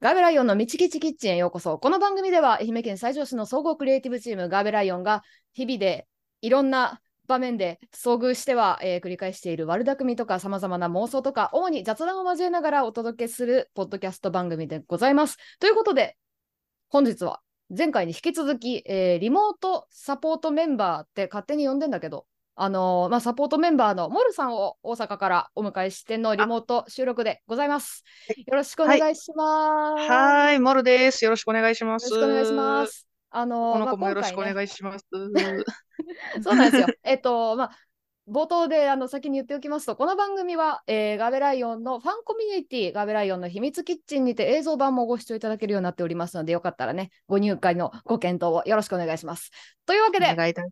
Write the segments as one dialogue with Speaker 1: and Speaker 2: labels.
Speaker 1: ガーベライオンのみちきちキッチンへようこそ。この番組では愛媛県西条市の総合クリエイティブチームガーベライオンが日々でいろんな場面で遭遇しては、えー繰り返している悪巧みとかさまざまな妄想とか主に雑談を交えながらお届けするポッドキャスト番組でございます。ということで本日は前回に引き続き、えーリモートサポートメンバーって勝手に呼んでんだけどあのーまあ、サポートメンバーのモルさんを大阪からお迎えしてのリモート収録でございます。よろしくお願いします。
Speaker 2: はーい、モルです。よろしくお願いしま。
Speaker 1: よろしくお願いしますす。あの
Speaker 2: この
Speaker 1: まあ
Speaker 2: 子もよろしくお
Speaker 1: 今回ね
Speaker 2: 願い します。
Speaker 1: そうなんですよ。えっと、まあ、冒頭であの先に言っておきますと、この番組は、えーガーベライオンのファンコミュニティ、ガーベライオンの秘密キッチンにて映像版もご視聴いただけるようになっておりますので、よかったらね、ご入会のご検討をよろしくお願いします。というわけで、
Speaker 2: お願いいたし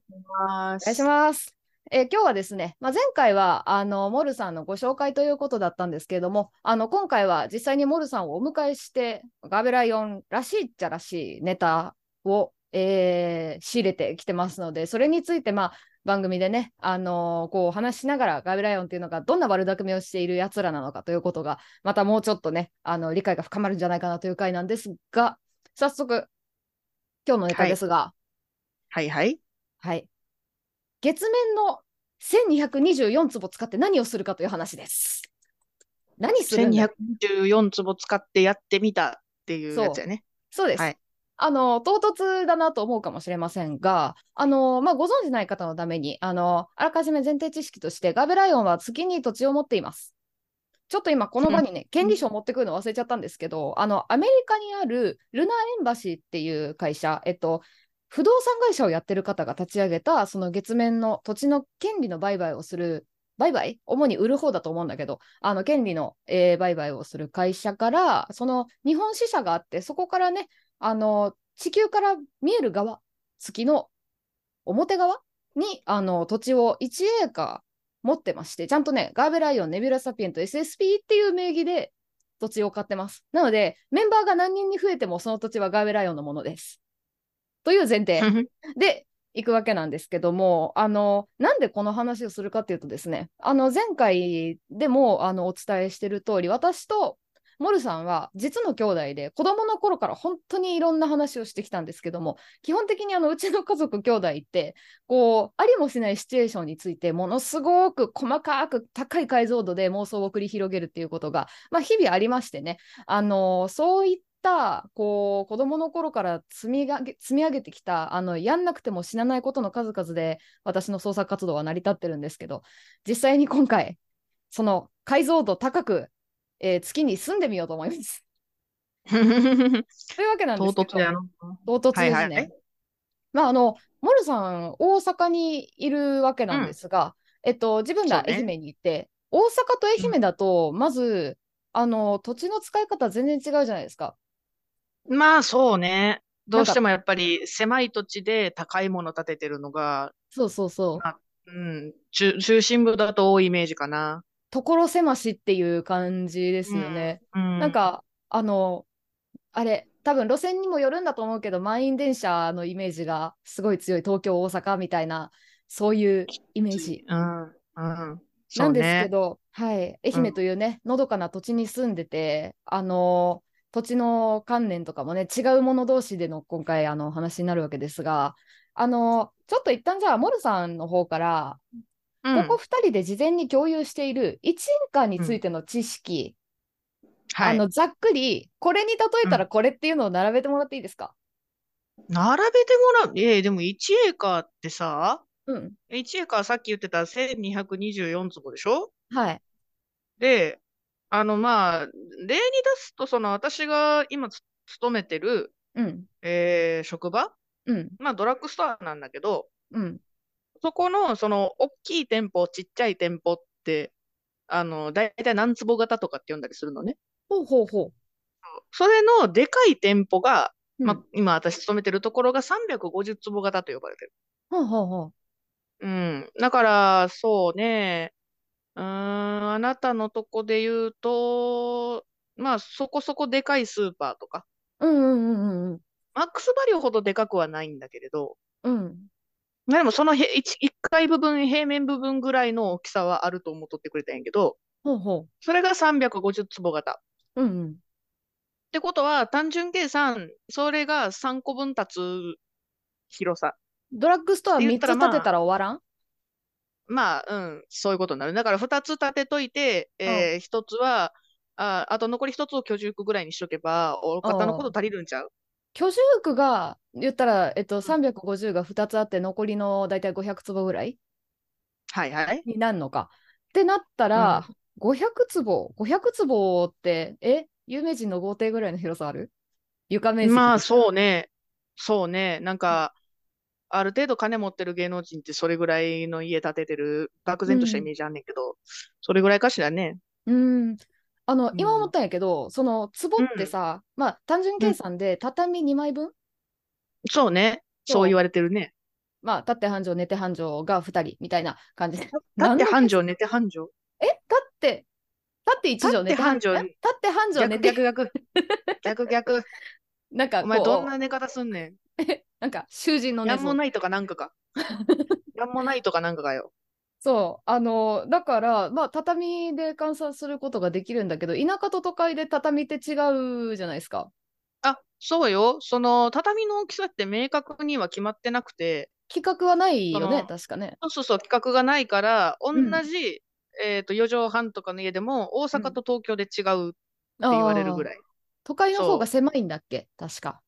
Speaker 2: ま
Speaker 1: お願いし
Speaker 2: す。
Speaker 1: ます。えー今日はですね、まあ、前回はあのモルさんのご紹介ということだったんですけれども、あの今回は実際にモルさんをお迎えして、ガーベライオンらしいっちゃらしいネタを、えー仕入れてきてますので、それについて、まあ、番組でね、あのーこうお話しながら、ガーベライオンっていうのがどんな悪巧みをしているやつらなのかということが、またもうちょっとね、あの理解が深まるんじゃないかなという回なんですが、早速、今日のネタですが、
Speaker 2: はいはい。
Speaker 1: はい。月面の1224坪使って何をするかという話です。何するんだ
Speaker 2: 1224坪使ってやってみたっていうやつやね。
Speaker 1: そうです。
Speaker 2: はい
Speaker 1: あの唐突だなと思うかもしれませんが、あのまあ、ご存じない方のためにあの、あらかじめ前提知識として、ガーベライオンは月に土地を持っています。ちょっと今、この場にね、権利書を持ってくるの忘れちゃったんですけど、あのアメリカにあるルナエンバシーっていう会社、えっと、不動産会社をやってる方が立ち上げた、その月面の土地の権利の売買をする、売買主に売る方だと思うんだけど、あの権利の、えー売買をする会社から、その日本支社があって、そこからね、あの地球から見える側、月の表側にあの土地を1エーカー持ってまして、ちゃんとね、ガーベライオン、ネビュラサピエント、SSP っていう名義で土地を買ってます。なので、メンバーが何人に増えても、その土地はガーベライオンのものです。という前提。 で行くわけなんですけどもあのなんでこの話をするかっていうとですねあの前回でもあのお伝えしてる通り私とモルさんは実の兄弟で子供の頃から本当にいろんな話をしてきたんですけども基本的にあのうちの家族兄弟ってこうありもしないシチュエーションについてものすごく細かく高い解像度で妄想を繰り広げるっていうことが、まあ、日々ありましてねあのそういったこう子どもの頃から積みがげ積み上げてきたあのやんなくても死なないことの数々で私の創作活動は成り立ってるんですけど実際に今回その解像度高く、えー月に住んでみようと思います。 というわけなんで
Speaker 2: 唐
Speaker 1: すけど
Speaker 2: 突やの。
Speaker 1: 唐突ですね。
Speaker 2: はいはい
Speaker 1: まああのモルさん大阪にいるわけなんですが、えっと自分ら
Speaker 2: そうね
Speaker 1: 愛媛に行って、大阪と愛媛だと、まずあの土地の使い方全然違うじゃないですか。
Speaker 2: まあそうね。どうしてもやっぱり狭い土地で高いもの建ててるのが、
Speaker 1: そうそうそう。
Speaker 2: うん、中中心部だと多いイメージかな。
Speaker 1: 所狭しっていう感じですよね。
Speaker 2: うん
Speaker 1: なん、かあのあれ多分路線にもよるんだと思うけど満員電車のイメージがすごい強い東京大阪みたいなそういうイメージ
Speaker 2: うん、うん。そ
Speaker 1: な
Speaker 2: うん
Speaker 1: ですけ
Speaker 2: ね。
Speaker 1: ど、はい、愛
Speaker 2: う
Speaker 1: 媛
Speaker 2: ん
Speaker 1: というね、のどかな土地に住んでてあの土地の観念とかもね違うもの同士での今回あのお話になるわけですがあのちょっと一旦じゃあモルさんの方から
Speaker 2: うん
Speaker 1: ここ2人で事前に共有している1年間についての知識、
Speaker 2: は
Speaker 1: あ
Speaker 2: い。
Speaker 1: のざっくりこれに例えたらこれっていうのを並べてもらっていいですか、
Speaker 2: 並べてもらう。ええでも1エーカーってさ、
Speaker 1: うん、
Speaker 2: 1エーカーさっき言ってた1224坪でしょ
Speaker 1: はい。
Speaker 2: で、あのまあ、例に出すと、その私が今つ勤めてる、
Speaker 1: うん。
Speaker 2: えー職場、
Speaker 1: うん。
Speaker 2: まあドラッグストアなんだけど、
Speaker 1: うん。
Speaker 2: そこのその大きい店舗、ちっちゃい店舗って、あの、だいたい何坪型とかって呼んだりするのね。
Speaker 1: ほうほうほ
Speaker 2: それのでかい店舗が、
Speaker 1: う。
Speaker 2: まあ、今私勤めてるところが350坪型と呼ばれてる。
Speaker 1: ほうほうほ
Speaker 2: うん。だから、そうね。うーん、あなたのとこで言うと、まあ、そこそこでかいスーパーとか、
Speaker 1: う。うんうんうんうん
Speaker 2: マックスバリューほどでかくはないんだけれど、
Speaker 1: うん。うん。
Speaker 2: まあでもそのへ一一階部分、平面部分ぐらいの大きさはあると思っとってくれたんやけど、
Speaker 1: ほうほ
Speaker 2: それが350坪型。
Speaker 1: う。うんうん。
Speaker 2: ってことは、単純計算、それが3個分立つ広さ。
Speaker 1: ドラッグストア
Speaker 2: って
Speaker 1: 3
Speaker 2: 言った
Speaker 1: つ
Speaker 2: ら
Speaker 1: 建てたら終わらん、
Speaker 2: まあ、うん、そういうことになる。だから2つ立てといて、えー、1つは、あ、あと残り1つを居住区ぐらいにしとけば、お方のこと足りるんちゃう
Speaker 1: 居住区が言ったら、えっと、350が2つあって残りの大体500坪ぐらい
Speaker 2: はいはい。
Speaker 1: になるのか。ってなったら、500坪500坪ってえ有名人の豪邸ぐらいの広さある床面積
Speaker 2: まあ、そうね。そうね。なんか、ある程度金持ってる芸能人ってそれぐらいの家建ててる、漠然としたイメージあんねんけど、それぐらいかしらね。
Speaker 1: うん。あの、
Speaker 2: うん
Speaker 1: 今思ったんやけど、その壺ってさ、まあ単純計算で畳2枚分、
Speaker 2: そうね。そう
Speaker 1: そう
Speaker 2: 言われてるね。
Speaker 1: まあ立って半畳、寝て半畳が2人みたいな感じで。
Speaker 2: 立
Speaker 1: な
Speaker 2: っ
Speaker 1: ん
Speaker 2: て
Speaker 1: で
Speaker 2: 半畳、寝て半畳。
Speaker 1: え立って、立って1畳、
Speaker 2: 立って半畳
Speaker 1: え立って半畳、寝
Speaker 2: 逆
Speaker 1: て、
Speaker 2: 逆逆。逆逆。
Speaker 1: なんか
Speaker 2: お前
Speaker 1: こう、
Speaker 2: どんな寝方すんねん。
Speaker 1: なんか囚人の
Speaker 2: や
Speaker 1: 寝
Speaker 2: んも
Speaker 1: 相。
Speaker 2: ないとかなんか か。やんもないとかなんかかよ。
Speaker 1: そう、あの、だから、まあ畳で換算することができるんだけど、田舎と都会で畳って違うじゃないですか。
Speaker 2: あ、そうよ。その畳の大きさって明確には決まってなくて、
Speaker 1: 規格はないよね
Speaker 2: そ、の
Speaker 1: 確かね。
Speaker 2: そうそうそう、規格がないから、同
Speaker 1: ん
Speaker 2: じ、えっと、4畳半とかの家でも、大阪と東京で違うって
Speaker 1: あ
Speaker 2: 言われるぐら
Speaker 1: い。
Speaker 2: い。
Speaker 1: 都会の
Speaker 2: そ
Speaker 1: 方
Speaker 2: う
Speaker 1: が狭いんだっけ、確か。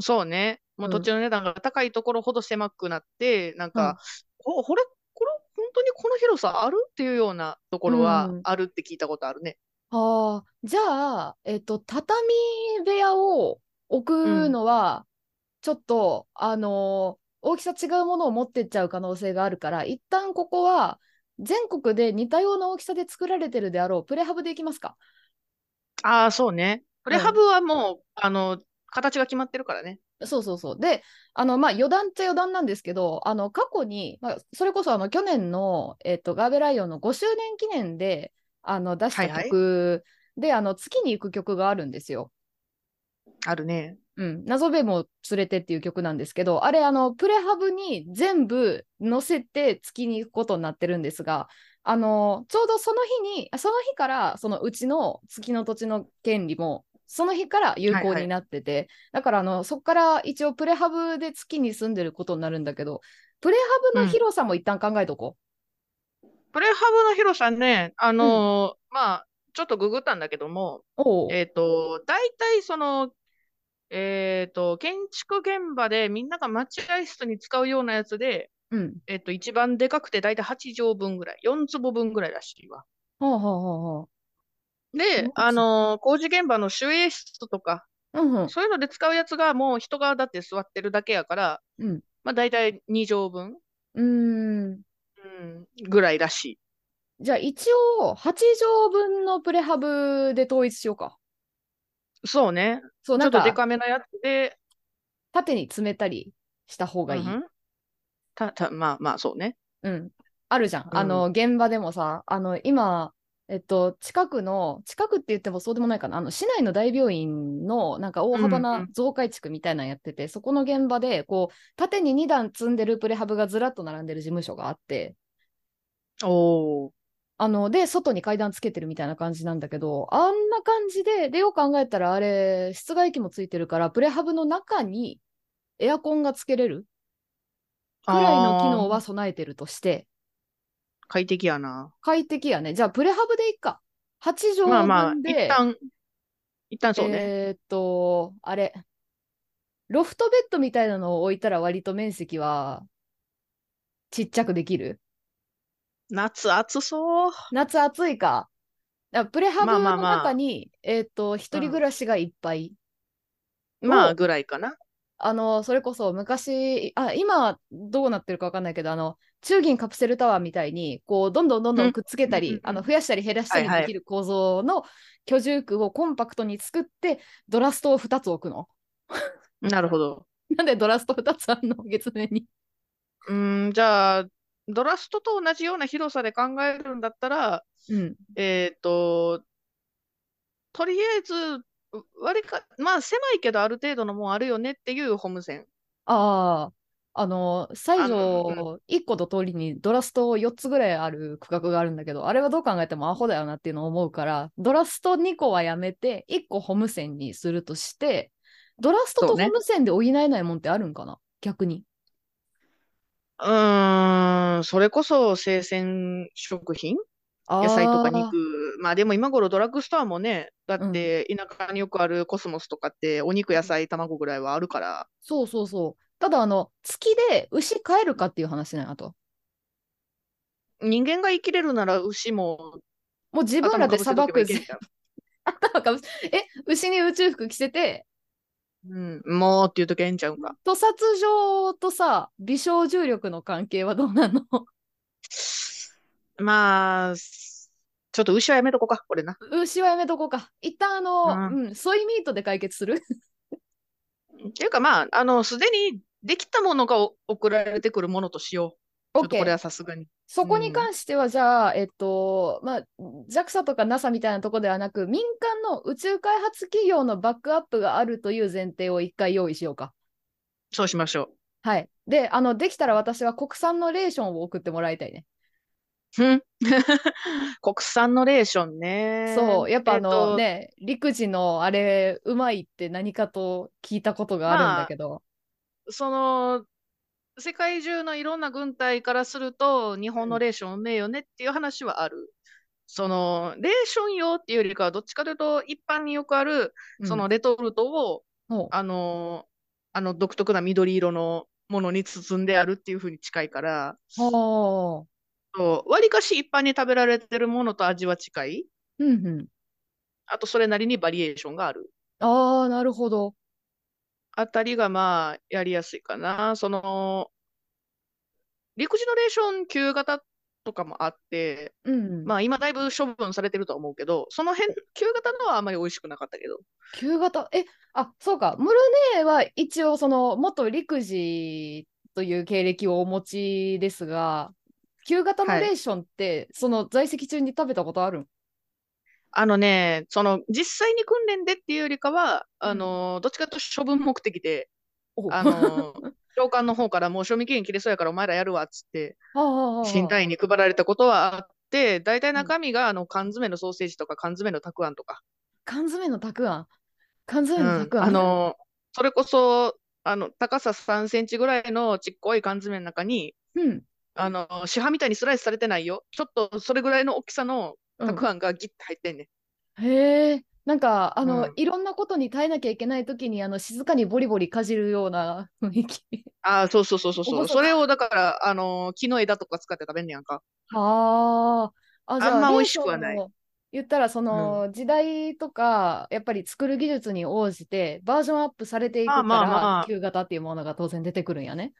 Speaker 2: そうね。も
Speaker 1: う
Speaker 2: う
Speaker 1: ん
Speaker 2: 土地の値段が高いところほど狭くなって、な
Speaker 1: う
Speaker 2: ん
Speaker 1: ん
Speaker 2: か、お、これ、これ、本当にこの広さあるっていうようなところは
Speaker 1: うん
Speaker 2: あるって聞いたことあるね。
Speaker 1: ああ、じゃあ、えっと、畳部屋を置くのは、ちょっと、あのー大きさ違うものを持ってっちゃう可能性があるから、一旦ここは、全国で似たような大きさで作られてるであろう、プレハブでいきますか。
Speaker 2: ああ、そうね。プレハブはもう、あの、形が決まってるからね。
Speaker 1: そうそうそう。で、あの、まあ、余談っちゃ余談なんですけど、あの、過去に、まあ、それこそ、あの、去年の、えっと、ガーベライオンの5周年記念で、あの、出した
Speaker 2: はいはい
Speaker 1: 曲で、あの、月に行く曲があるんですよ。
Speaker 2: あるね。
Speaker 1: うん、謎べも連れてっていう曲なんですけど、あれ、あの、プレハブに全部載せて月に行くことになってるんですが、あの、ちょうどその日に、あその日から、そのうちの月の土地の権利も、その日から有
Speaker 2: はい
Speaker 1: 効
Speaker 2: はい
Speaker 1: になってて、だから、あの、そこから一応プレハブで月に住んでることになるんだけど、プレハブの広さも一旦考えとこ
Speaker 2: プレハブの広さね、あのーまあ、ちょっとググったんだけども、
Speaker 1: う。おう
Speaker 2: えっと、大体その、えっと、建築現場でみんなが待合室に使うようなやつで、
Speaker 1: うん。
Speaker 2: えっと、一番でかくて大体8畳分ぐらい、4坪分ぐらいらしいわ。
Speaker 1: ほうほうほうほ
Speaker 2: で、あのー工事現場の守衛室とか、
Speaker 1: う。うんうん。
Speaker 2: そういうので使うやつがもう人がだって座ってるだけやから、
Speaker 1: うん
Speaker 2: まあ大体2畳分、
Speaker 1: うーん。
Speaker 2: うん、ぐらいらしい。
Speaker 1: じゃあ、一応、8畳分のプレハブで統一しようか。
Speaker 2: そうね。
Speaker 1: そう、
Speaker 2: ちょ
Speaker 1: な
Speaker 2: っ
Speaker 1: ん
Speaker 2: と
Speaker 1: か
Speaker 2: デカめのやつで、
Speaker 1: 縦に詰めたりした方がいい。
Speaker 2: うんうんた、た、まあまあ、そうね。
Speaker 1: うん。あるじゃん。あの、現場でもさ、あの、今、えっと、近くの、近くって言ってもそうでもないかな、あの、市内の大病院の、なんか大幅
Speaker 2: うんう
Speaker 1: なん増改築みたいなのやってて、そこの現場で、こう、縦に2段積んでるプレハブがずらっと並んでる事務所があって、
Speaker 2: おお。
Speaker 1: あの、で、外に階段つけてるみたいな感じなんだけど、あんな感じで、で、よく考えたら、あれ、室外機もついてるから、プレハブの中にエアコンがつけれるくらいの機能
Speaker 2: あー
Speaker 1: は備えてるとして、
Speaker 2: 快適やな。
Speaker 1: 快適やね。じゃあ、プレハブでいっか。8
Speaker 2: まあ
Speaker 1: 畳
Speaker 2: まあ、
Speaker 1: 分
Speaker 2: 一
Speaker 1: で、
Speaker 2: 旦、一旦そうね。
Speaker 1: えーっと、あれ、ロフトベッドみたいなのを置いたら割と面積はちっちゃくできる。
Speaker 2: 夏暑そう。
Speaker 1: 夏暑いか。だからプレハブ
Speaker 2: まあまあ
Speaker 1: の
Speaker 2: まあ
Speaker 1: 中に、えーっと、一人暮らしがいっぱい。
Speaker 2: ま
Speaker 1: お
Speaker 2: あ、ぐらいかな。
Speaker 1: あの、それこそ昔、あ、今どうなってるかわかんないけど、あの、中銀カプセルタワーみたいに、こう、どんどんどんどんくっつけた
Speaker 2: うんうん
Speaker 1: り
Speaker 2: う、ん
Speaker 1: あの、増やしたり減らしたり
Speaker 2: はいはい
Speaker 1: できる構造の居住区をコンパクトに作って、ドラストを2つ置くの。
Speaker 2: なるほど。
Speaker 1: なんでドラスト2つあんの月面に。
Speaker 2: うーん、じゃあ、ドラストと同じような広さで考えるんだったら、
Speaker 1: うん。
Speaker 2: えっと、とりあえず、割か、まあ、狭いけど、ある程度のもんあるよねっていうホームセン。
Speaker 1: ああ。あの、西
Speaker 2: あの
Speaker 1: 条1個の通りにドラスト4つぐらいある区画があるんだけど、あれはどう考えてもアホだよなっていうのを思うから、ドラスト2個はやめて、1個ホームセンにするとして、ドラスト
Speaker 2: そ
Speaker 1: とホ
Speaker 2: うね
Speaker 1: ームセンで補えないもんってあるんかな逆に。
Speaker 2: うーん、それこそ生鮮食品野菜とか
Speaker 1: あ
Speaker 2: 肉。まあでも今頃ドラッグストアもね、だ
Speaker 1: あ、う
Speaker 2: っ
Speaker 1: ん。
Speaker 2: て田舎によくあるコスモスとかってお肉、野菜、卵ぐらいはあるから。
Speaker 1: そうそうそう。ただ、あの、月で牛飼えるかっていう話なんやと。
Speaker 2: 人間が生きれるなら牛も
Speaker 1: もう自分
Speaker 2: 頭
Speaker 1: ら
Speaker 2: か
Speaker 1: で
Speaker 2: ぶせ
Speaker 1: 砂
Speaker 2: とけば
Speaker 1: 漠
Speaker 2: いけん
Speaker 1: 全
Speaker 2: じゃん。
Speaker 1: 頭かぶせえ、牛に宇宙服着せて、
Speaker 2: うん、もうって言うとけんちゃうんか。
Speaker 1: 屠殺場とさ、微小重力の関係はどうなの
Speaker 2: まあ、ちょっと牛はやめとこうか、これな。
Speaker 1: 牛はやめとこうか。一旦あ
Speaker 2: う
Speaker 1: の、
Speaker 2: ん。
Speaker 1: うん、ソイミートで解決する
Speaker 2: っていうかまあ、あの、すでにできたものがお送られてくるものとしよう。ちょっとこれ
Speaker 1: OK。
Speaker 2: はさすがに。
Speaker 1: そうこに
Speaker 2: ん。
Speaker 1: 関しては、じゃあ、えっと、まあ、JAXA とか NASA みたいなとこではなく、民間の宇宙開発企業のバックアップがあるという前提を一回用意しようか。
Speaker 2: そうしましょ
Speaker 1: はい。で、あの、できたら私は国産のレーションを送ってもらいたいね。
Speaker 2: う。うん。 国産のレーションね。
Speaker 1: そう、やっぱ
Speaker 2: え
Speaker 1: あ
Speaker 2: っ
Speaker 1: の
Speaker 2: と、
Speaker 1: ね、陸自のあれ、うまいって何かと聞いたことがあるんだ
Speaker 2: まあ、
Speaker 1: けど。
Speaker 2: その、世界中のいろんな軍隊からすると、日
Speaker 1: う
Speaker 2: 本の
Speaker 1: ん。
Speaker 2: レーションうめえよねっていう話はある。その、レーション用っていうよりかは、どっちかというと、一般によくある、
Speaker 1: う
Speaker 2: そ
Speaker 1: ん。
Speaker 2: のレトルトを、
Speaker 1: ほ
Speaker 2: あの、あの独特な緑色のものに包んであるっていう風に近いから、
Speaker 1: う。ほう。
Speaker 2: そう、わりかし一般に食べられてるものと味は近い。
Speaker 1: うんうん。
Speaker 2: あと、それなりにバリエーションがある。
Speaker 1: ああ、なるほど。
Speaker 2: あたりが、まあ、やりやすいかな。その、陸自のレーション旧型とかもあって、
Speaker 1: うん。
Speaker 2: まあ今だいぶ処分されてるとは思うけど、その辺、旧型のはあまり美味しくなかったけど。
Speaker 1: 旧型、え、あ、そうか。ムルネーは一応、その、元陸自という経歴をお持ちですが、旧型の
Speaker 2: は
Speaker 1: レ
Speaker 2: い。
Speaker 1: ーションって、その在籍中に食べたことあるん
Speaker 2: あのね、その実際に訓練でっていうよりかは、
Speaker 1: う
Speaker 2: あ
Speaker 1: ん。
Speaker 2: の、どっちかというと処分目的で、
Speaker 1: お
Speaker 2: あ
Speaker 1: は
Speaker 2: の、教官の方からもう賞味期限切れそうやからお前らやるわっつって、
Speaker 1: あはあ
Speaker 2: 新
Speaker 1: はあ。
Speaker 2: 隊員に配られたことはあって、大体
Speaker 1: うん
Speaker 2: 中身があの缶詰のソーセージとか缶詰のたくあんとか。
Speaker 1: 缶詰のたくあん。缶
Speaker 2: う
Speaker 1: 詰のた
Speaker 2: ん。
Speaker 1: くあ
Speaker 2: あ
Speaker 1: ん。
Speaker 2: の、それこそ、あの、高さ3センチぐらいのちっこい缶詰の中に、
Speaker 1: うん。
Speaker 2: あの、市販みたいにスライスされてないよ。ちょっとそれぐらいの大きさの
Speaker 1: う
Speaker 2: た
Speaker 1: ん。
Speaker 2: くあんがギッて入ってんね
Speaker 1: へえ、なんか、あ
Speaker 2: ん。う
Speaker 1: の、
Speaker 2: ん。
Speaker 1: いろんなことに耐えなきゃいけないときに、あの、静かにボリボリかじるような雰囲気。
Speaker 2: ああ、そうそうそうそう
Speaker 1: 厳
Speaker 2: そう。
Speaker 1: か。
Speaker 2: それをだから、あの、木の枝とか使って食べんねやんか。
Speaker 1: ああ、あ、じ
Speaker 2: あ
Speaker 1: ゃ
Speaker 2: ん
Speaker 1: あ、
Speaker 2: ま美
Speaker 1: レ
Speaker 2: 味
Speaker 1: ー
Speaker 2: し
Speaker 1: ショ
Speaker 2: くは
Speaker 1: ン
Speaker 2: ない。
Speaker 1: を言ったら、そ
Speaker 2: うん。
Speaker 1: の、時代とか、やっぱり作る技術に応じて、バージョンアップされてい
Speaker 2: ま
Speaker 1: く
Speaker 2: あ
Speaker 1: か
Speaker 2: まあ
Speaker 1: ら、
Speaker 2: まあ、
Speaker 1: 旧型っていうものが当然出てくるんやね。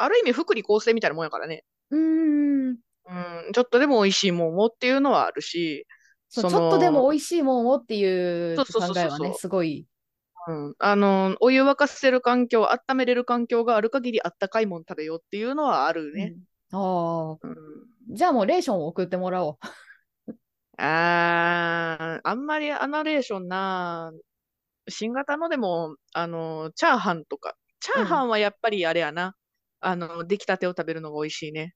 Speaker 2: ある意味福利厚生みたいなもんやからね。
Speaker 1: うーん。
Speaker 2: うん、ちょっとでも美味しいもんをっていうのはあるし、
Speaker 1: そう、
Speaker 2: そ
Speaker 1: ちょっとで
Speaker 2: の、
Speaker 1: も美味しいもんをっていう
Speaker 2: そうそう
Speaker 1: 考
Speaker 2: そう
Speaker 1: え
Speaker 2: そう
Speaker 1: はね、
Speaker 2: そ
Speaker 1: すごい。
Speaker 2: う。うん、あの、お湯沸かせる環境、温めれる環境がある限りあったかいもん食べようっていうのはある
Speaker 1: う
Speaker 2: ね。
Speaker 1: ん。ああ、
Speaker 2: うん、
Speaker 1: じゃあもうレーションを送ってもらおう。
Speaker 2: あー、あんまりアナレーションな、新型のでも、あの、チャーハンとか。チ
Speaker 1: う
Speaker 2: ャーハ
Speaker 1: ん。
Speaker 2: ンはやっぱりあれやな。あの、出来たてを食べるのが美味しいね。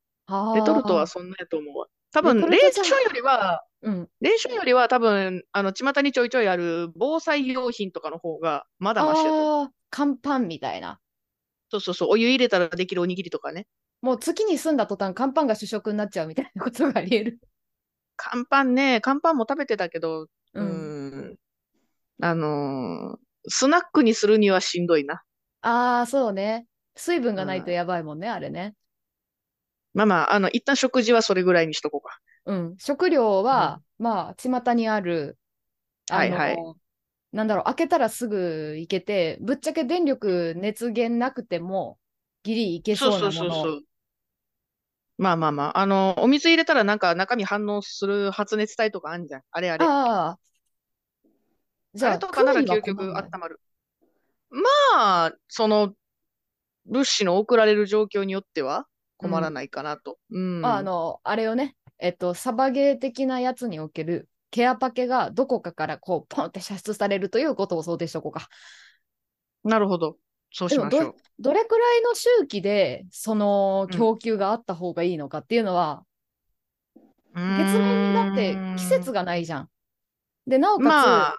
Speaker 2: レトルトは
Speaker 1: ああ、
Speaker 2: そんなやと思うわ。多
Speaker 1: レ
Speaker 2: 分、
Speaker 1: ト
Speaker 2: レー
Speaker 1: ルトチャー
Speaker 2: ションよりは、
Speaker 1: うん。
Speaker 2: レーションよりは多分、あの、巷にちょいちょいある防災用品とかの方が、まだマシやと思
Speaker 1: あ
Speaker 2: う。
Speaker 1: あ、乾パンみたいな。
Speaker 2: そうそうそう、お湯入れたらできるおにぎりとかね。
Speaker 1: もう月に住んだ途端、乾パンが主食になっちゃうみたいなことがあり得る。
Speaker 2: 乾パンね、乾パンも食べてたけど、
Speaker 1: う。
Speaker 2: うんん、あのースナックにするにはしんどいな。
Speaker 1: ああ、そうね。水分
Speaker 2: う
Speaker 1: がないと
Speaker 2: ん。
Speaker 1: やばいもんね、あれね。
Speaker 2: まあまあ、あの、一旦食事はそれぐらいにしとこうか。
Speaker 1: うん。食料
Speaker 2: う
Speaker 1: は、
Speaker 2: ん。
Speaker 1: まあ、巷にある、あ
Speaker 2: はいはい。
Speaker 1: の、なんだろう、開けたらすぐ行けて、ぶっちゃけ電力、熱源なくても、ギリ行け
Speaker 2: そう
Speaker 1: そう
Speaker 2: そ
Speaker 1: な
Speaker 2: う
Speaker 1: も
Speaker 2: そうそ
Speaker 1: の。
Speaker 2: う。まあまあまあ、あの、お水入れたらなんか中身反応する発熱体とかあんじゃん。あれあれ。
Speaker 1: ああ、じ
Speaker 2: あ
Speaker 1: ゃ
Speaker 2: れ
Speaker 1: あ、
Speaker 2: と
Speaker 1: 食
Speaker 2: かな
Speaker 1: う
Speaker 2: ら
Speaker 1: には困
Speaker 2: 究
Speaker 1: ん
Speaker 2: 極
Speaker 1: ない。
Speaker 2: 温まる。まあ、その物資の送られる状況によっては
Speaker 1: う
Speaker 2: 困ら
Speaker 1: ん。
Speaker 2: ないかなと。う
Speaker 1: まあ、あ
Speaker 2: ん。
Speaker 1: の、あれをね、えっと、サバゲー的なやつにおけるケアパケがどこかからこう、ポンって射出されるということを想定しておこうか。
Speaker 2: なるほど。そう
Speaker 1: で
Speaker 2: し
Speaker 1: も
Speaker 2: まし
Speaker 1: ど
Speaker 2: ょう。
Speaker 1: どれくらいの周期でその
Speaker 2: うん
Speaker 1: 供給があった方がいいのかっていうのは、
Speaker 2: 月
Speaker 1: 月面だって季節がないじゃん。でなおかつ、
Speaker 2: まあ、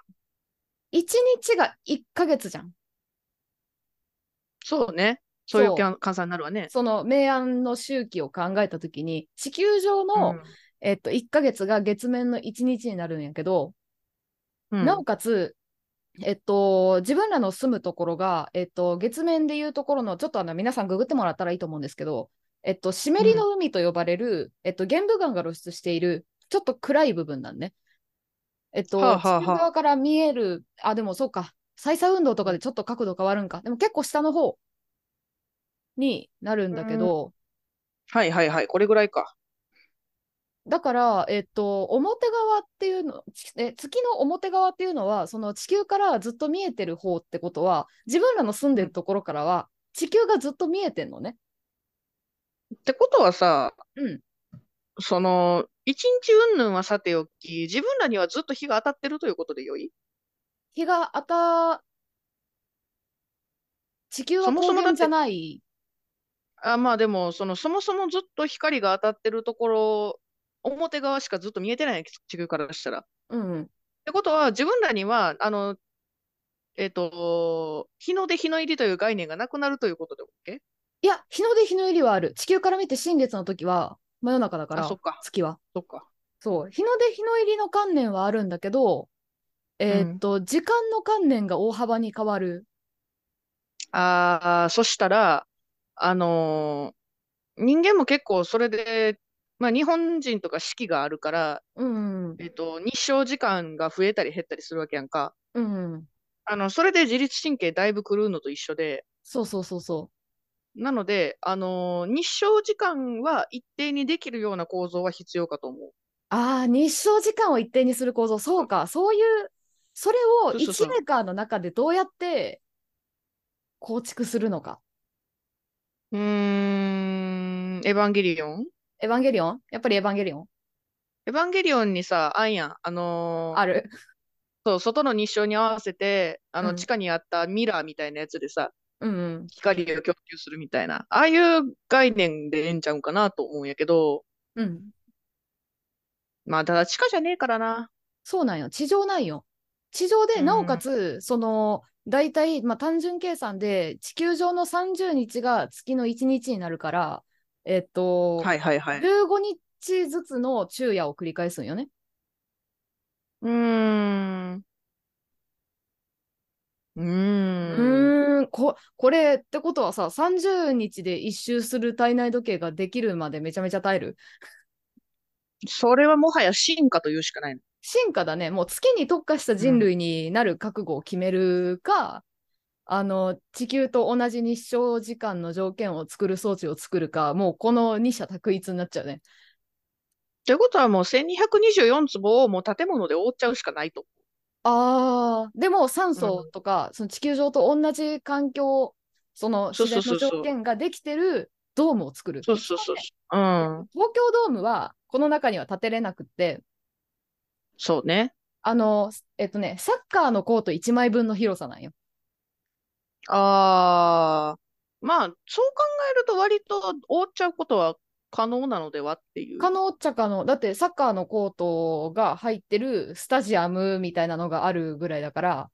Speaker 1: 1日が1ヶ月じゃん。
Speaker 2: そうね。そうい
Speaker 1: そう
Speaker 2: うきゃん換算になるわね。
Speaker 1: その明暗の周期を考えたときに地球上の、えっと、1ヶ月が月面の1日になるんやけど、
Speaker 2: うんうん
Speaker 1: なおかつ、えっと、自分らの住むところが、えっと、月面でいうところの、ちょっとあの皆さんググってもらったらいいと思うんですけど、えっと、湿りの海と呼ばれる、えっと、玄武岩が露出している、ちょっと暗い部分なんね。えっと、
Speaker 2: はあはあはあ
Speaker 1: 地球側から見える、あ、でもそうか、再々運動とかでちょっと角度変わるんか、でも結構下の方になるんだけど、
Speaker 2: はいはいはい。これぐらいか。
Speaker 1: だから、えっと、表側っていうの、ちえ、月の表側っていうのは、その地球からずっと見えてる方ってことは、自分らの住んでるところからは、地球がずっと見えてんのね。
Speaker 2: ってことはさ、
Speaker 1: うん
Speaker 2: その、一日云々はさておき、自分らにはずっと日が当たってるということでよい
Speaker 1: 日が当た、地球は
Speaker 2: そもそも
Speaker 1: 光
Speaker 2: だっ
Speaker 1: 源
Speaker 2: て
Speaker 1: じゃない。
Speaker 2: あ、まあでも、その、そもそもずっと光が当たってるところ、表側しかずっと見えてないね地球からしたら。っ
Speaker 1: うん。
Speaker 2: てことは、自分らには、あの、えっと、日の出日の入りという概念がなくなるということで OK?
Speaker 1: いや、日の出日の入りはある。地球から見て新月の時は、真夜中だか
Speaker 2: あ、そ
Speaker 1: ら
Speaker 2: っ、か、
Speaker 1: 月は。
Speaker 2: そっか。
Speaker 1: そう。日の出日の入りの観念はあるんだけど、えっと、時間の観念が大幅に変わる。
Speaker 2: ああ、そしたら、あのー人間も結構それで、まあ日本人とか四季があるから、
Speaker 1: うんうん。
Speaker 2: えっと、日照時間が増えたり減ったりするわけやんか。
Speaker 1: うんうん。
Speaker 2: あの、それで自律神経だいぶ狂うのと一緒で、
Speaker 1: そうそうそうそ
Speaker 2: なので、あのー日照時間は一定にできるような構造は必要かと思う。
Speaker 1: う。ああ、日照時間を一定にする構造、そうか、そういう、それを
Speaker 2: そうそう
Speaker 1: 1
Speaker 2: そう
Speaker 1: メーカーの中でどうやって構築するのか。
Speaker 2: うーん、エヴァンゲリオン
Speaker 1: エヴァンゲリオンやっぱりエヴァンゲリオン
Speaker 2: エヴァンゲリオンにさ、あんやん。あのー
Speaker 1: ある。
Speaker 2: そう、外の日照に合わせて、あ
Speaker 1: うん
Speaker 2: の、地下にあったミラーみたいなやつでさ、
Speaker 1: うんうん。
Speaker 2: 光を供給するみたいな、ああいう概念でええんちゃうんかなと思うんやけど、
Speaker 1: うん。
Speaker 2: まあ、ただ地下じゃねえからな。
Speaker 1: そうなんよ。地上なんよ。地上で、
Speaker 2: うん
Speaker 1: なおかつ、その、大体、まあ、単純計算で、地球上の30日が月の1日になるから、えっと、
Speaker 2: はいはいはい。
Speaker 1: 15日ずつの昼夜を繰り返すんよね。
Speaker 2: うーん。うー。
Speaker 1: うんーんこ、これってことはさ、30日で一周する体内時計ができるまでめちゃめちゃ耐える。
Speaker 2: それはもはや進化というしかないの。
Speaker 1: 進化だね。もう月に特化した人類になる覚悟を決めるか、あの、地球と同じ日照時間の条件を作る装置を作るか、もうこの二者択一になっちゃうね。
Speaker 2: ということはもう1224坪をもう建物で覆っちゃうしかないと。
Speaker 1: あー、でも酸素とか、その地球上と同じ環境、その
Speaker 2: そう
Speaker 1: 自然
Speaker 2: そうそ
Speaker 1: の
Speaker 2: うそ
Speaker 1: 条
Speaker 2: う
Speaker 1: 件ができてるドームを作る。
Speaker 2: そうそうそうそう。うん。
Speaker 1: 東京ドームはこの中には建てれなくって、
Speaker 2: そうね。
Speaker 1: あの、えっとね、サッカーのコート1枚分の広さなんよ。
Speaker 2: ああ。まあ、そう考えると割と覆っちゃうことは可能なのではっていう。
Speaker 1: 可能っちゃ可能。だってサッカーのコートが入ってるスタジアムみたいなのがあるぐらいだから、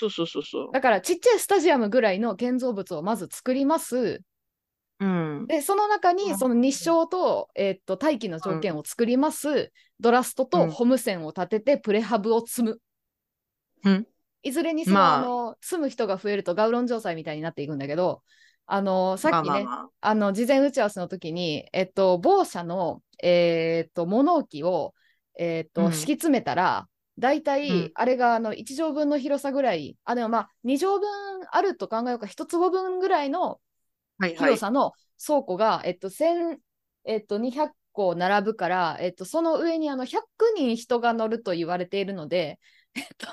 Speaker 2: そうそうそうそう。
Speaker 1: だからちっちゃいスタジアムぐらいの建造物をまず作ります。
Speaker 2: うん。
Speaker 1: で、その中に
Speaker 2: うん
Speaker 1: その日照と、えっと、大気の条件を作ります。ドラスト
Speaker 2: う
Speaker 1: と
Speaker 2: ん
Speaker 1: ホームセンを立ててプレハブを積む。
Speaker 2: うん
Speaker 1: いずれにその、
Speaker 2: まあ
Speaker 1: あの住む人が増えるとガウロン城塞みたいになっていくんだけど、あの、さっきね、
Speaker 2: まあまあまあ。
Speaker 1: あの事前打ち合わせの時に、えっと、某社の、えーっと物置を、えーっと
Speaker 2: うん
Speaker 1: 敷き詰めたら、大体、
Speaker 2: うん
Speaker 1: あれがあの1畳分の広さぐらい、あ、でもまあ、2畳分あると考えようか、1坪分ぐらいの
Speaker 2: はいはい。
Speaker 1: 広さの倉庫が、えっと、千えっと、200個並ぶから、えっと、その上にあの100人人が乗ると言われているので、えっと、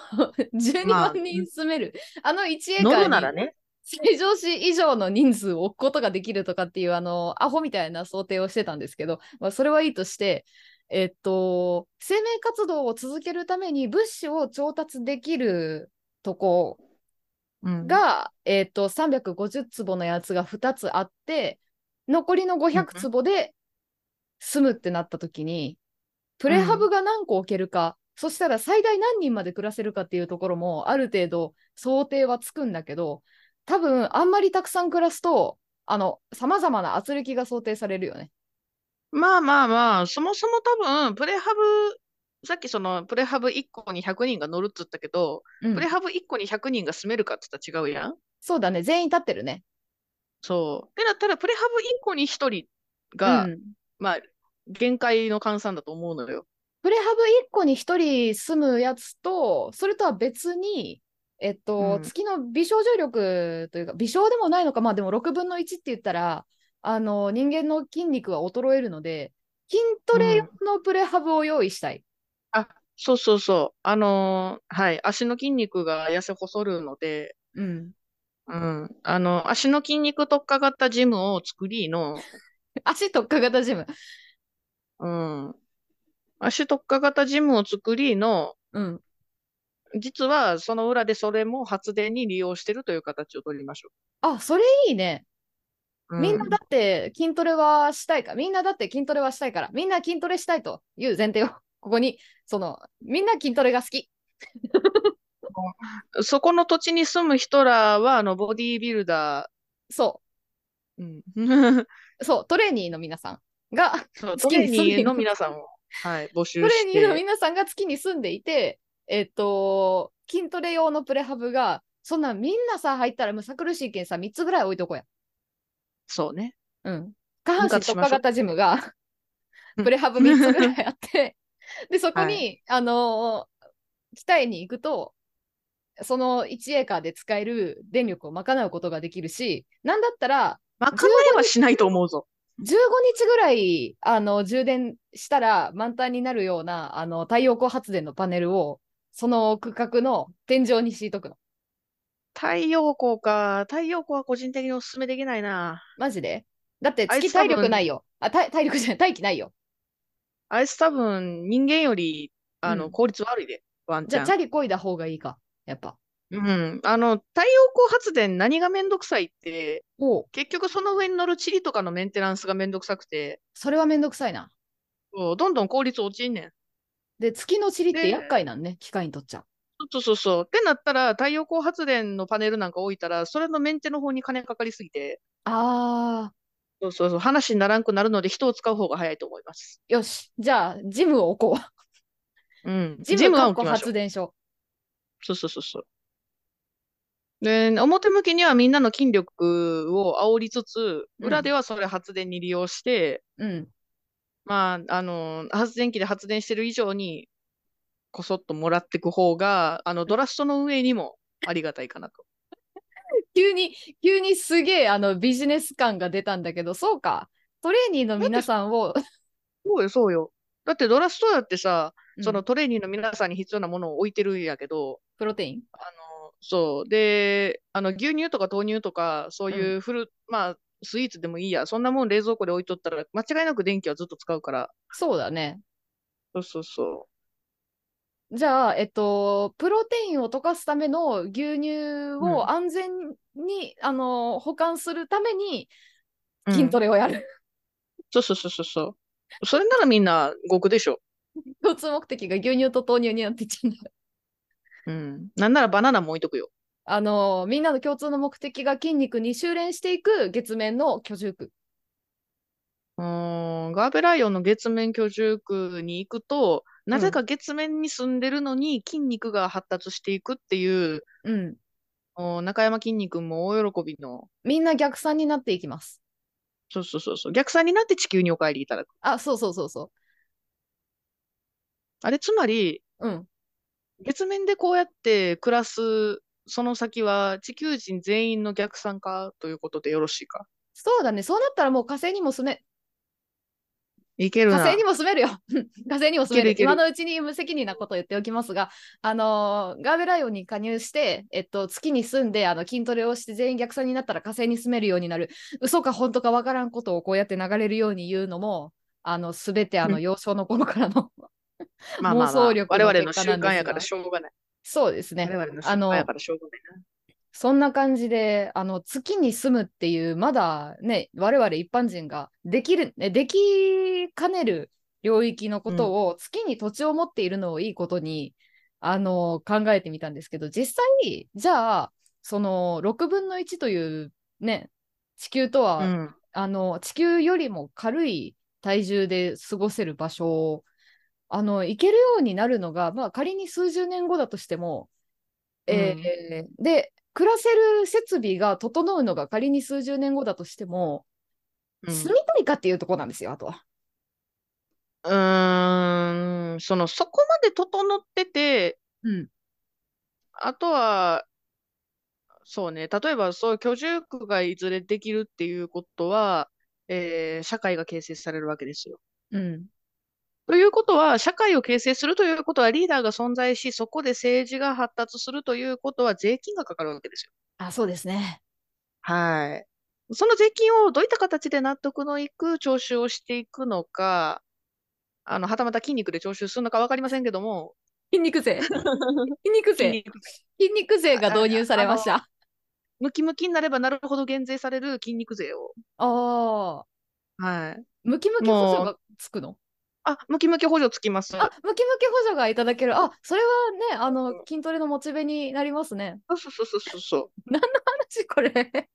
Speaker 1: 12
Speaker 2: まあ
Speaker 1: 万人住める、あの1エーカ
Speaker 2: 乗
Speaker 1: ー
Speaker 2: る
Speaker 1: に
Speaker 2: ならね。
Speaker 1: 正常市以上の人数を置くことができるとかっていうあのアホみたいな想定をしてたんですけど、まあ、それはいいとして、えっと、生命活動を続けるために物資を調達できるとこ
Speaker 2: うん、
Speaker 1: が、えっと350坪のやつが2つあって残りの500坪で住むってなった時にプレハブが何個置けるか、そしたら最大何人まで暮らせるかっていうところもある程度想定はつくんだけど多分あんまりたくさん暮らすとあのさまざまな圧力が想定されるよね。
Speaker 2: まあまあまあ、そもそも多分、プレハブ、さっきそのプレハブ1個に100人が乗るっつったけど、
Speaker 1: うん
Speaker 2: プレハブ1個に100人が住めるかっつったら違うやん。
Speaker 1: そうだね全員立ってるね。
Speaker 2: そう。ってなったら、プレハブ1個に1人が、
Speaker 1: うん
Speaker 2: まあ、限界の換算だと思うのよ。
Speaker 1: プレハブ1個に1人住むやつと、それとは別に、えっと、
Speaker 2: うん
Speaker 1: 月の微小重力というか、微小でもないのか、まあでも6分の1って言ったら、あの、人間の筋肉は衰えるので、筋トレ用のプレハブを用意したい。
Speaker 2: そうそうそう。あのーはい。足の筋肉が痩せ細るので、
Speaker 1: うん。
Speaker 2: うん。あの、足の筋肉特化型ジムを作りの、
Speaker 1: 足特化型ジム。
Speaker 2: うん。足特化型ジムを作りの、
Speaker 1: うん。
Speaker 2: 実はその裏でそれも発電に利用してるという形を取りましょ
Speaker 1: あ、それいいね。
Speaker 2: う。
Speaker 1: みんなだって筋トレはしたいか、みんなだって筋トレはしたいから、みんな筋トレしたいという前提を、ここに、その、みんな筋トレが好き。
Speaker 2: うんそこの土地に住む人らは、あの、ボディービルダ
Speaker 1: そ
Speaker 2: ー、うん。
Speaker 1: う、そう、トレーニーの皆さんが、
Speaker 2: そう、
Speaker 1: 好
Speaker 2: ト
Speaker 1: きに
Speaker 2: レー
Speaker 1: 住んでいる
Speaker 2: ニーの皆さんを、はい、募集
Speaker 1: トレ
Speaker 2: し
Speaker 1: ーニ
Speaker 2: て。
Speaker 1: ーの皆さんが月に住んでいて、えっと、筋トレ用のプレハブが、そんなみんなさ、入ったらむさ苦しいけんさ、3つぐらい置いとこうや。
Speaker 2: そうね。
Speaker 1: うん。下半身
Speaker 2: 分割し
Speaker 1: 特
Speaker 2: ましょ
Speaker 1: 化
Speaker 2: う
Speaker 1: 型ジムが、
Speaker 2: うん
Speaker 1: プレハブ3つぐらいあって、で、そこに、
Speaker 2: は
Speaker 1: あのー北へに行くと、その1エーカーで使える電力を賄うことができるし、なんだったら、
Speaker 2: まかえはしないと思うぞ。
Speaker 1: 15日ぐらいあの充電したら満タンになるようなあの太陽光発電のパネルをその区画の天井に敷いとくの。
Speaker 2: 太陽光か。太陽光は個人的にお勧めできないな。
Speaker 1: マジでだって
Speaker 2: あい
Speaker 1: 月
Speaker 2: つ多
Speaker 1: 体
Speaker 2: 分
Speaker 1: 力ないよ。あ体体力じゃない、大気ないよ。
Speaker 2: あいつ多分、人間より、あ
Speaker 1: う
Speaker 2: の、
Speaker 1: ん
Speaker 2: 効率悪いで。ワン
Speaker 1: じ
Speaker 2: ち
Speaker 1: ゃ
Speaker 2: ゃ
Speaker 1: あ
Speaker 2: ん。
Speaker 1: チャリこいだ方がいいか、やっぱ。
Speaker 2: うん。あの、太陽光発電何がめんどくさいって、
Speaker 1: おう
Speaker 2: 結局その上に乗るチリとかのメンテナンスがめんどくさくて、
Speaker 1: それはめんどくさいな。
Speaker 2: そうどんどん効率落ちんねん。
Speaker 1: で、月の塵って
Speaker 2: で
Speaker 1: 厄介なんね、機械にとっちゃ。
Speaker 2: そうそうそう。ってなったら、太陽光発電のパネルなんか置いたら、それのメンテの方に金かかりすぎて、
Speaker 1: あ
Speaker 2: そうそうそう、話にならんくなるので、人を使う方が早いと思います。
Speaker 1: ー、よし。じゃあ、ジムを置こう。
Speaker 2: うん。
Speaker 1: ジ
Speaker 2: ジ
Speaker 1: ム
Speaker 2: ムは
Speaker 1: かっ
Speaker 2: 置
Speaker 1: こ
Speaker 2: きましょう。
Speaker 1: 発電所。
Speaker 2: そうそうそうそう。で、表向きにはみんなの筋力を煽りつつ、
Speaker 1: うん
Speaker 2: 裏ではそれ発電に利用して、
Speaker 1: うん。
Speaker 2: まあ、あの、発電機で発電してる以上に、こそっともらってく方が、あの、ドラストの運営にもありがたいかなと。
Speaker 1: 急に、急にすげえあのビジネス感が出たんだけど、そうか。トレーニーの皆さんを、
Speaker 2: そうよ、そうよ。だってドラストだってさ、その
Speaker 1: うん
Speaker 2: トレーニーの皆さんに必要なものを置いてるんやけど、
Speaker 1: プロテイン。
Speaker 2: あの、そう。で、あの、牛乳とか豆乳とか、そういうフル、まあ、スイーツでもいいや。そんなもん冷蔵庫で置いとったら、間違いなく電気はずっと使うから。
Speaker 1: そうだね。
Speaker 2: そうそうそ
Speaker 1: じゃあ、えっと、プロテインを溶かすための牛乳
Speaker 2: うん
Speaker 1: を安全に、あの保管するために
Speaker 2: う。
Speaker 1: 筋
Speaker 2: レ。
Speaker 1: トレをやる。
Speaker 2: そうそうそうそうそう。それならみんな極でしょ。
Speaker 1: 共通目的が牛乳と豆乳になっていっちゃうんだ。
Speaker 2: うん。なんならバナナも置いとくよ。
Speaker 1: あのみんなの共通の目的が筋肉に修練していく月面の居住区。
Speaker 2: うーん。ガーベライオンの月面居住区に行くと、なぜか月面に住んでるのに筋肉が発達していくっていう、
Speaker 1: うん。
Speaker 2: お中山きんに君も大喜びの、
Speaker 1: みんな逆算になっていきます。
Speaker 2: そうそうそうそう、逆算になって地球にお帰りいただく。
Speaker 1: あ、そうそうそうそ
Speaker 2: あれ、つまり、
Speaker 1: う。うん。
Speaker 2: 月面でこうやって暮らす、その先は地球人全員の逆算化ということでよろしいか。
Speaker 1: そうだね。そうなったらもう火星にも住め、
Speaker 2: いける
Speaker 1: 火
Speaker 2: な。
Speaker 1: 星にも住めるよ。 火星にも住める
Speaker 2: いけるいける
Speaker 1: 今のうちに無責任なことを言っておきますが、あのーガーベライオンに加入して、えっと、月に住んであの筋トレをして全員逆算になったら火星に住めるようになる。嘘か本当かわからんことをこうやって流れるように言うのも、あの、すべてあの
Speaker 2: うん
Speaker 1: 幼少の頃からの、
Speaker 2: まあまあまあ、
Speaker 1: 妄想力の
Speaker 2: 我々の
Speaker 1: 結
Speaker 2: 習
Speaker 1: 果なんですが
Speaker 2: 慣やからしょうがない。
Speaker 1: そうですね
Speaker 2: 我。々の習
Speaker 1: あの
Speaker 2: 慣やからしょうがないな。
Speaker 1: そんな感じで、あの、月に住むっていう、まだね、我々一般人ができる、ねできかねる領域のことを、月に土地を持っているのをいいことに、あの、考えてみたんですけど、実際、じゃあ、その、6分の1というね、地球とは、
Speaker 2: うん。
Speaker 1: あの、地球よりも軽い体重で過ごせる場所を、あの、行けるようになるのが、まあ、仮に数十年後だとしても、えーで、暮らせる設備が整うのが仮に数十年後だとしても、
Speaker 2: うん
Speaker 1: 住みたいかっていうところなんですよ、あとは。
Speaker 2: うーん、その、そこまで整ってて、
Speaker 1: うん。
Speaker 2: あとは、そうね、例えば、そういう居住区がいずれできるっていうことは、えー社会が形成されるわけですよ。
Speaker 1: うん。
Speaker 2: ということは、社会を形成するということは、リーダーが存在し、そこで政治が発達するということは、税金がかかるわけですよ。
Speaker 1: あ、そうですね。
Speaker 2: はい。その税金をどういった形で納得のいく徴収をしていくのか、あの、はたまた筋肉で徴収するのかわかりませんけども、
Speaker 1: 筋肉 税。筋肉
Speaker 2: 筋
Speaker 1: 税。
Speaker 2: 肉税
Speaker 1: 筋肉税が導入されました。
Speaker 2: ムキムキになればなるほど減税される筋肉税を。
Speaker 1: ああー、
Speaker 2: はい。
Speaker 1: ムキムキ補助がつくの
Speaker 2: あ、ムキムキ補助つきます。
Speaker 1: あ、ムキムキ補助がいただける。あ、それはね、あの、筋トレのモチベになりますね。
Speaker 2: そうそうそうそうそ
Speaker 1: 話これ。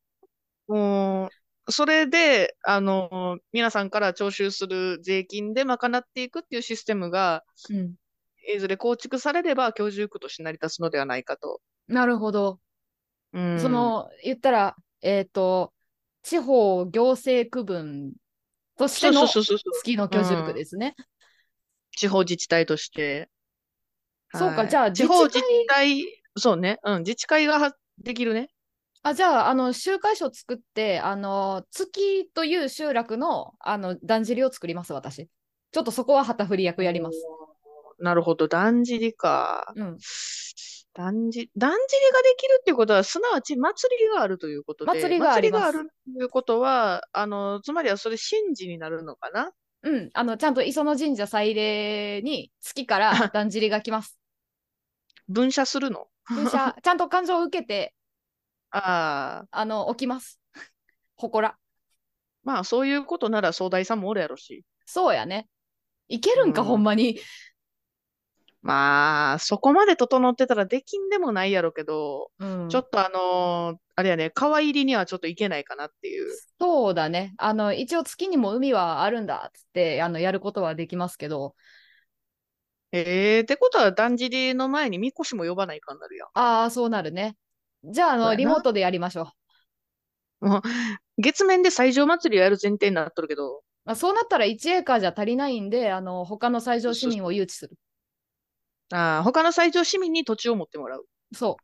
Speaker 2: う。もう、それで、あの、皆さんから徴収する税金で賄っていくっていうシステムが、
Speaker 1: うん。
Speaker 2: いずれ構築されれば、居住区として成り立つのではないかと。
Speaker 1: なるほど。
Speaker 2: うん
Speaker 1: そ、の言ったら、えっ、と、地方行政区分とし
Speaker 2: そ
Speaker 1: て
Speaker 2: うそ
Speaker 1: の
Speaker 2: うそうそう。
Speaker 1: 月の居住区ですね。
Speaker 2: 地方自治体として。
Speaker 1: そうか
Speaker 2: はい
Speaker 1: じゃあ
Speaker 2: 地方
Speaker 1: 自
Speaker 2: 自
Speaker 1: 治
Speaker 2: 治体、そうね、うん、自治会がはできるね。
Speaker 1: あじゃあ、あの、集会所作って、あの、月という集落の、あの、だんじりを作ります、私。ちょっとそこは旗振り役やります。
Speaker 2: おー。なるほど、だんじりか。
Speaker 1: うん。
Speaker 2: だんじ、だんじりができるっていうことは、すなわち祭りがあるということで、
Speaker 1: 祭りがあります
Speaker 2: 祭りがあるということは、あの、つまりはそれ神事になるのかな
Speaker 1: うん。あの、ちゃんと磯野神社祭礼に月から だんじりが来ます。
Speaker 2: 分社するの
Speaker 1: 噴射、ちゃんと感情を受けて、
Speaker 2: ああ、
Speaker 1: あの、置き ます。ほこら。
Speaker 2: まあそういうことなら総大さんもおるやろし。
Speaker 1: そうやね。いけるんか、
Speaker 2: うん
Speaker 1: ほんまに。
Speaker 2: まあ、そこまで整ってたらできんでもないやろけど、
Speaker 1: うん
Speaker 2: ちょっとあのーあれやね、川入りにはちょっといけないかなっていう。
Speaker 1: そうだね。あの、一応月にも海はあるんだっつって、あの、やることはできますけど、
Speaker 2: ええってことは、だんじりの前にみこしも呼ばないかになるやん。
Speaker 1: ああ、そうなるね。じゃあ、あ
Speaker 2: そう
Speaker 1: の、
Speaker 2: やな
Speaker 1: リモートでやりましょう。
Speaker 2: 月面で最上祭りをやる前提になっとるけど、
Speaker 1: まあ、そうなったら1エーカーじゃ足りないんで、あの、他の最上市民を誘致する。
Speaker 2: あー他の最上市民に土地を持ってもらう。
Speaker 1: そ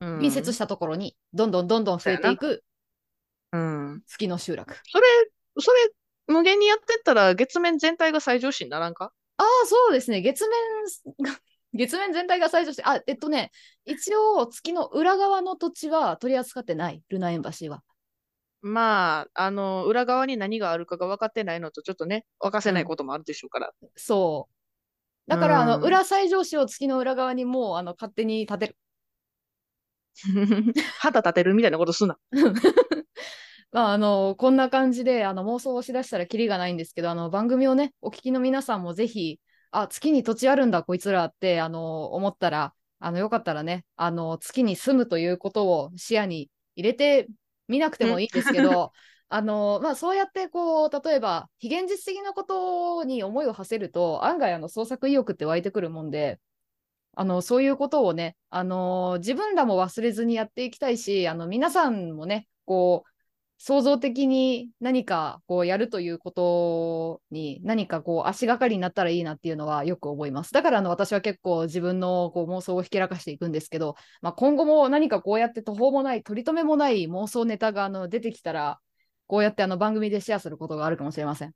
Speaker 1: うう。
Speaker 2: ん。
Speaker 1: 隣接したところに、どんどんどんどん増えていく
Speaker 2: うん。
Speaker 1: 月の集落。
Speaker 2: それ、それ、無限にやってったら、月面全体が最上市にならんか
Speaker 1: ああ、そうですね。月面が、 月面全体が最上市。あ、えっとね、一応月の裏側の土地は取り扱ってない、ルナエンバシーは。
Speaker 2: まあ、あの、裏側に何があるかが分かってないのと、ちょっとね、分かせないこともあるでしょうから。
Speaker 1: そう。だから、あの、
Speaker 2: うん
Speaker 1: 裏最上市を月の裏側にもう、あの、勝手に建てる。
Speaker 2: 肌立てるみたいなこと すんな。
Speaker 1: まあ、あの、こんな感じで、あの、妄想をしだしたらキリがないんですけど、あの、番組をね、お聞きの皆さんもぜひ、あ、月に土地あるんだ、こいつらって、あの、思ったら、あの、よかったらね、あの、月に住むということを視野に入れてみなくてもいいんですけど、あの、まあ、そうやって、こう、例えば、非現実的なことに思いを馳せると、案外、あの、創作意欲って湧いてくるもんで、あの、そういうことをね、あの、自分らも忘れずにやっていきたいし、あの、皆さんもね、こう、創造的に何かこうやるということに何かこう足がかりになったらいいなっていうのはよく思います。だからあの私は結構自分のこう妄想をひけらかしていくんですけど、まあ、今後も何かこうやって途方もない取り留めもない妄想ネタがあの出てきたらこうやってあの番組でシェアすることがあるかもしれません。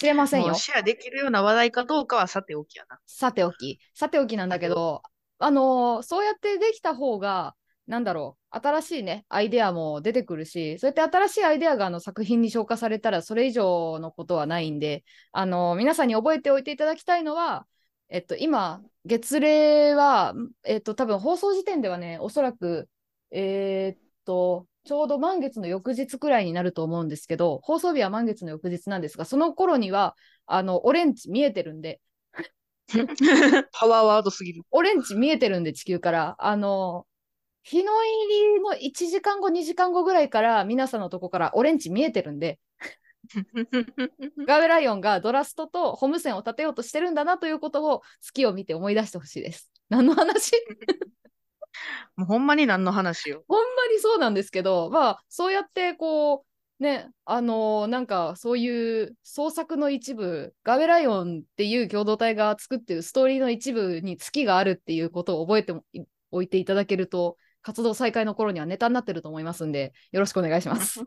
Speaker 1: 知れません
Speaker 2: も
Speaker 1: よ
Speaker 2: う。シェアできるような話題かどうかはさておきや な。
Speaker 1: さておき。さておきなんだけど、あのーそうやってできた方が、なんだろう、新しいね、アイデアも出てくるし、そうやって新しいアイデアがあの作品に消化されたら、それ以上のことはないんで、あのー皆さんに覚えておいていただきたいのは、えっと、今、月例は、えっと、多分放送時点ではね、おそらく、えーっと、ちょうど満月の翌日くらいになると思うんですけど、放送日は満月の翌日なんですが、その頃には、あの、オレンジ見えてるんで、
Speaker 2: パワーワード すぎる。
Speaker 1: オレンジ見えてるんで、地球から。あの、日の入りの1時間後、2時間後ぐらいから、皆さんのとこからオレンジ見えてるんで、ガーベライオンがドラストとホームセンを立てようとしてるんだなということを、月を見て思い出してほしいです。何の話
Speaker 2: もうほんまに何の話よ。
Speaker 1: ほんまにそうなんですけど、まあ、そうやってこう、ね、あのーなんかそういう創作の一部、ガベライオンっていう共同体が作ってるストーリーの一部に月があるっていうことを覚えてもいおいていただけると、活動再開の頃にはネタになってると思いますんで、よろしくお願いします。
Speaker 2: よ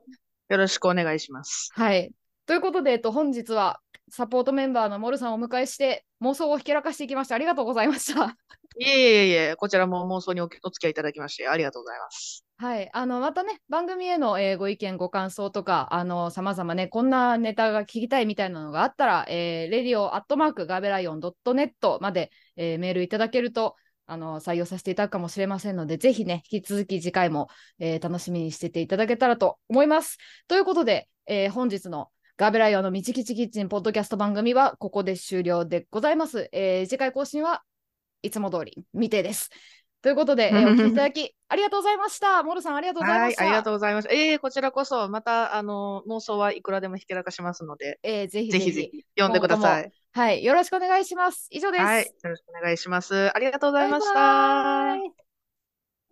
Speaker 2: ろしくお願いします。
Speaker 1: はい。ということで、えっと、本日はサポートメンバーのモルさんをお迎えして、妄想をひけらかしていきました。ありがとうございました。
Speaker 2: いえいえいえ、こちらも妄想におお付き合いいただきまして、ありがとうございます。
Speaker 1: はい、あのまたね、番組への、えーご意見、ご感想とか、あのさまざまね、こんなネタが聞きたいみたいなのがあったら、えー、radio.gabelion.net まで、えーメールいただけるとあの採用させていただくかもしれませんので、ぜひね、引き続き次回も、えー楽しみにしてていただけたらと思います。ということで、えー本日のガベライオンのみちきちキッチンポッドキャスト番組はここで終了でございます。えー次回更新はいつも通り未定です。ということで、 えーお聞きいただきありがとうございました。モルさんありがとうござい
Speaker 2: は
Speaker 1: ま
Speaker 2: い
Speaker 1: し、た。
Speaker 2: ありがとうございました。ええこちらこそ、また、あの、妄想はいくらでもひけらかしますので、
Speaker 1: えーぜひ
Speaker 2: ぜ
Speaker 1: ぜひ
Speaker 2: ひぜひ、読んでください。
Speaker 1: はい、よろしくお願いします。以上です。
Speaker 2: はい、よろしくお願いします。ありがとうござ
Speaker 1: バ
Speaker 2: い
Speaker 1: イバ
Speaker 2: ました。
Speaker 1: イ